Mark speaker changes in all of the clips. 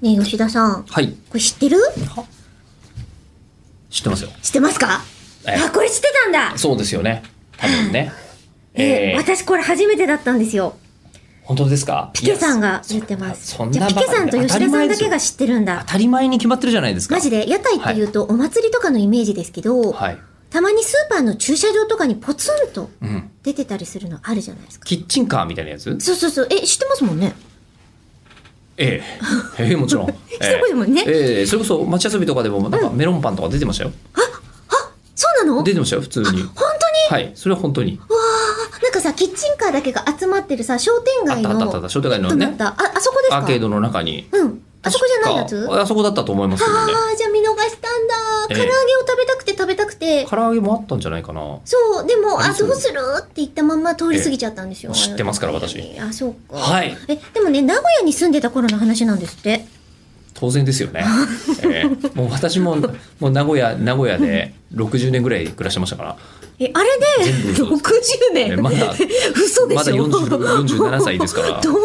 Speaker 1: ねえ、吉田さん。
Speaker 2: はい。
Speaker 1: これ知ってる
Speaker 2: 知ってますよ。
Speaker 1: 知ってますか
Speaker 2: え
Speaker 1: あ、これ知ってたんだ
Speaker 2: そうですよね。多分ね。
Speaker 1: え
Speaker 2: えー
Speaker 1: 私これ初めてだったんですよ。
Speaker 2: 本当ですか
Speaker 1: ピケさんが
Speaker 2: いや
Speaker 1: 言ってます。
Speaker 2: そん
Speaker 1: じゃ
Speaker 2: な
Speaker 1: あ
Speaker 2: そ
Speaker 1: ピ
Speaker 2: んな
Speaker 1: ケさんと吉田さんだけが
Speaker 2: 知
Speaker 1: 知ってるん
Speaker 2: 当
Speaker 1: だ。
Speaker 2: たり前に決まってるじゃないですか。
Speaker 1: マジで、屋台って言うとお祭りとかのイメージですけど、
Speaker 2: はい。
Speaker 1: たまにスーパーの駐車場とかにポツンと
Speaker 2: うん。
Speaker 1: 出てたりするのあるじゃないですか。
Speaker 2: キッチンカーみたいなやつ
Speaker 1: そうそうそう。え、知ってますもんね。
Speaker 2: ええ。ええ、も ちろん。え
Speaker 1: そうですもんね
Speaker 2: ええ、それこそ街遊びとかでも、なんかメロンパンとか出てましたよ。
Speaker 1: そうなの
Speaker 2: 出てましたよ、普通に。
Speaker 1: 本当に
Speaker 2: はい。それは本当に。
Speaker 1: あなんかさ、キッチンカーだけが集まってるさ、商店
Speaker 2: あっ
Speaker 1: 街
Speaker 2: た
Speaker 1: の。
Speaker 2: あったあったあった。商店街の
Speaker 1: となっ
Speaker 2: ね、
Speaker 1: たあ、あそこですか
Speaker 2: アーケードの中に。
Speaker 1: うん。あそこじゃないやつ
Speaker 2: 確かあそこだったと思いますけどね。
Speaker 1: ああ、じゃあ見逃したんだ。
Speaker 2: ええ
Speaker 1: 唐揚げを食べたくて食べたくて。
Speaker 2: 唐揚げもあったんじゃないかな。
Speaker 1: そう、でも、
Speaker 2: あ
Speaker 1: あ、
Speaker 2: りそ
Speaker 1: ど
Speaker 2: う
Speaker 1: うするって言ったまんま通り過ぎちゃったんですよ。
Speaker 2: ええ知ってますから私。
Speaker 1: あ、そうか。
Speaker 2: はい。
Speaker 1: え、でもね、名古屋に住んでた頃の話なんですって。
Speaker 2: 当然です よね、ええもう私ももう名古屋名古屋で60年ぐらい暮らしてましたから
Speaker 1: え、あれで、
Speaker 2: 全部
Speaker 1: 60
Speaker 2: え
Speaker 1: 年。
Speaker 2: まだ
Speaker 1: 嘘でしょ
Speaker 2: まだ40 47歳ですから
Speaker 1: どうい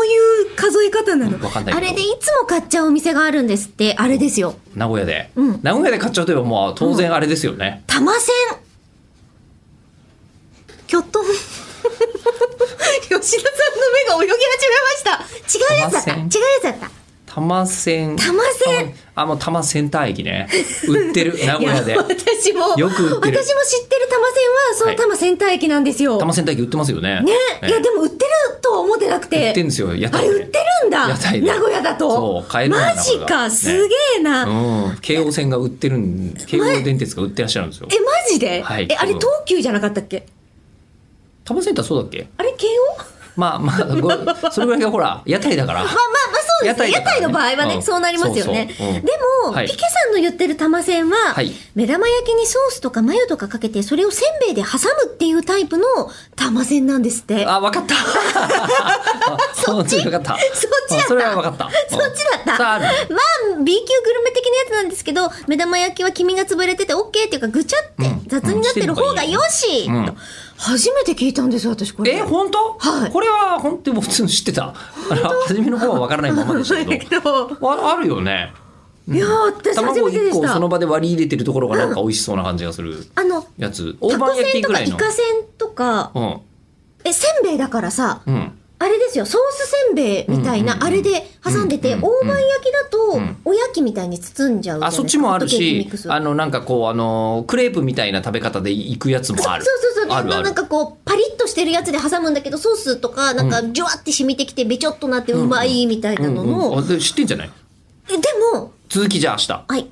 Speaker 1: う数え方なの
Speaker 2: わかんないけど
Speaker 1: あれでいつも買っちゃうお店があるんですって、あれですよ。
Speaker 2: 名古屋で、
Speaker 1: うん
Speaker 2: 名古屋で買っちゃうといえばもう当然あれですよね、
Speaker 1: 多摩線。きょっとん。吉田さんの目が泳ぎ始めました。違うやつだった。
Speaker 2: 多
Speaker 1: 違うや
Speaker 2: 摩
Speaker 1: つだった。
Speaker 2: 多摩線
Speaker 1: 多摩線
Speaker 2: あもう多摩センター駅ね売ってる名古屋 で
Speaker 1: いや
Speaker 2: 多
Speaker 1: 私も私も
Speaker 2: よく売ってる
Speaker 1: 知ってる多摩線はその
Speaker 2: はい
Speaker 1: 多摩センター駅なんですよ、
Speaker 2: 摩センター駅売ってますよね
Speaker 1: ね、
Speaker 2: ええ
Speaker 1: いやでも売ってるとは思ってなくて
Speaker 2: 売ってんですよ屋
Speaker 1: あ
Speaker 2: 台
Speaker 1: れ
Speaker 2: で
Speaker 1: 売ってるんだ
Speaker 2: 屋台で
Speaker 1: 名古屋だと
Speaker 2: そう買えるんだ
Speaker 1: マジ
Speaker 2: 名古屋
Speaker 1: か
Speaker 2: ね
Speaker 1: すげえな、
Speaker 2: うん京王線が売ってるん京王電鉄が売ってらっしゃるんですよ
Speaker 1: えマジで、
Speaker 2: はい
Speaker 1: えあれ
Speaker 2: うん
Speaker 1: 東急じゃなかったっけ
Speaker 2: 多摩センターそうだっけ
Speaker 1: あれ慶応まあ
Speaker 2: まあまあごそれぐらいがほら屋台だから
Speaker 1: まあまあそうですね屋
Speaker 2: 屋台だから
Speaker 1: 台,、
Speaker 2: ね
Speaker 1: の場合はね、
Speaker 2: うん
Speaker 1: そうなりますよね
Speaker 2: そうそううん
Speaker 1: でも、
Speaker 2: はい
Speaker 1: ピケさんの言ってる多摩線は、
Speaker 2: はい
Speaker 1: 目玉焼きにソースとかマヨとかかけてそれをせんべいで挟むっていうタイプの多摩線なんですって
Speaker 2: あ、わ かった。そっちわかった。
Speaker 1: そっちだった
Speaker 2: あそれはわかった。
Speaker 1: そっちだった
Speaker 2: さあある
Speaker 1: まあ B 級グルメ的なやつなんですけど目玉焼きは黄身が潰れてて OK っていうかぐちゃって
Speaker 2: うん
Speaker 1: 雑になってる方がよし、
Speaker 2: うん
Speaker 1: と初めて聞いたんです私これ
Speaker 2: え、本当？
Speaker 1: はい
Speaker 2: これは本当に普通に知ってた。あの初めの方はわからないままでしたけど。ああるよね。
Speaker 1: いやー私初
Speaker 2: 卵
Speaker 1: めて
Speaker 2: 一
Speaker 1: でし
Speaker 2: 個その
Speaker 1: た
Speaker 2: 場で割り入れてるところがなんか美味しそうな感じがする
Speaker 1: あの
Speaker 2: やつ。大
Speaker 1: タコ
Speaker 2: 判
Speaker 1: せ
Speaker 2: 焼き
Speaker 1: んと
Speaker 2: ぐ
Speaker 1: から
Speaker 2: い
Speaker 1: イ
Speaker 2: の。
Speaker 1: カせんとか
Speaker 2: うん。
Speaker 1: えせんべいだからさ
Speaker 2: うん。
Speaker 1: あれですよソースせんべいみたいな、
Speaker 2: うんうんうん
Speaker 1: あれで挟んでて、
Speaker 2: うんうん
Speaker 1: 大判焼きだと、
Speaker 2: ん
Speaker 1: おやきみたいに包んじゃうじゃ
Speaker 2: あ、
Speaker 1: ない
Speaker 2: そっちもある
Speaker 1: ホットケーキミ
Speaker 2: し
Speaker 1: ック、ス
Speaker 2: あのなんかこうあのクレープみたいな食べ方で行くやつもある。
Speaker 1: そうそうそうで
Speaker 2: あるあ
Speaker 1: なん
Speaker 2: る。
Speaker 1: かこうパリッとしてるやつで挟むんだけどソースとかなんかジュワって染みてきてべちょっとなってうまいみたいなの
Speaker 2: うんうん
Speaker 1: の
Speaker 2: あで知ってんじゃない？
Speaker 1: えでも
Speaker 2: 続きじゃあ明日。
Speaker 1: はい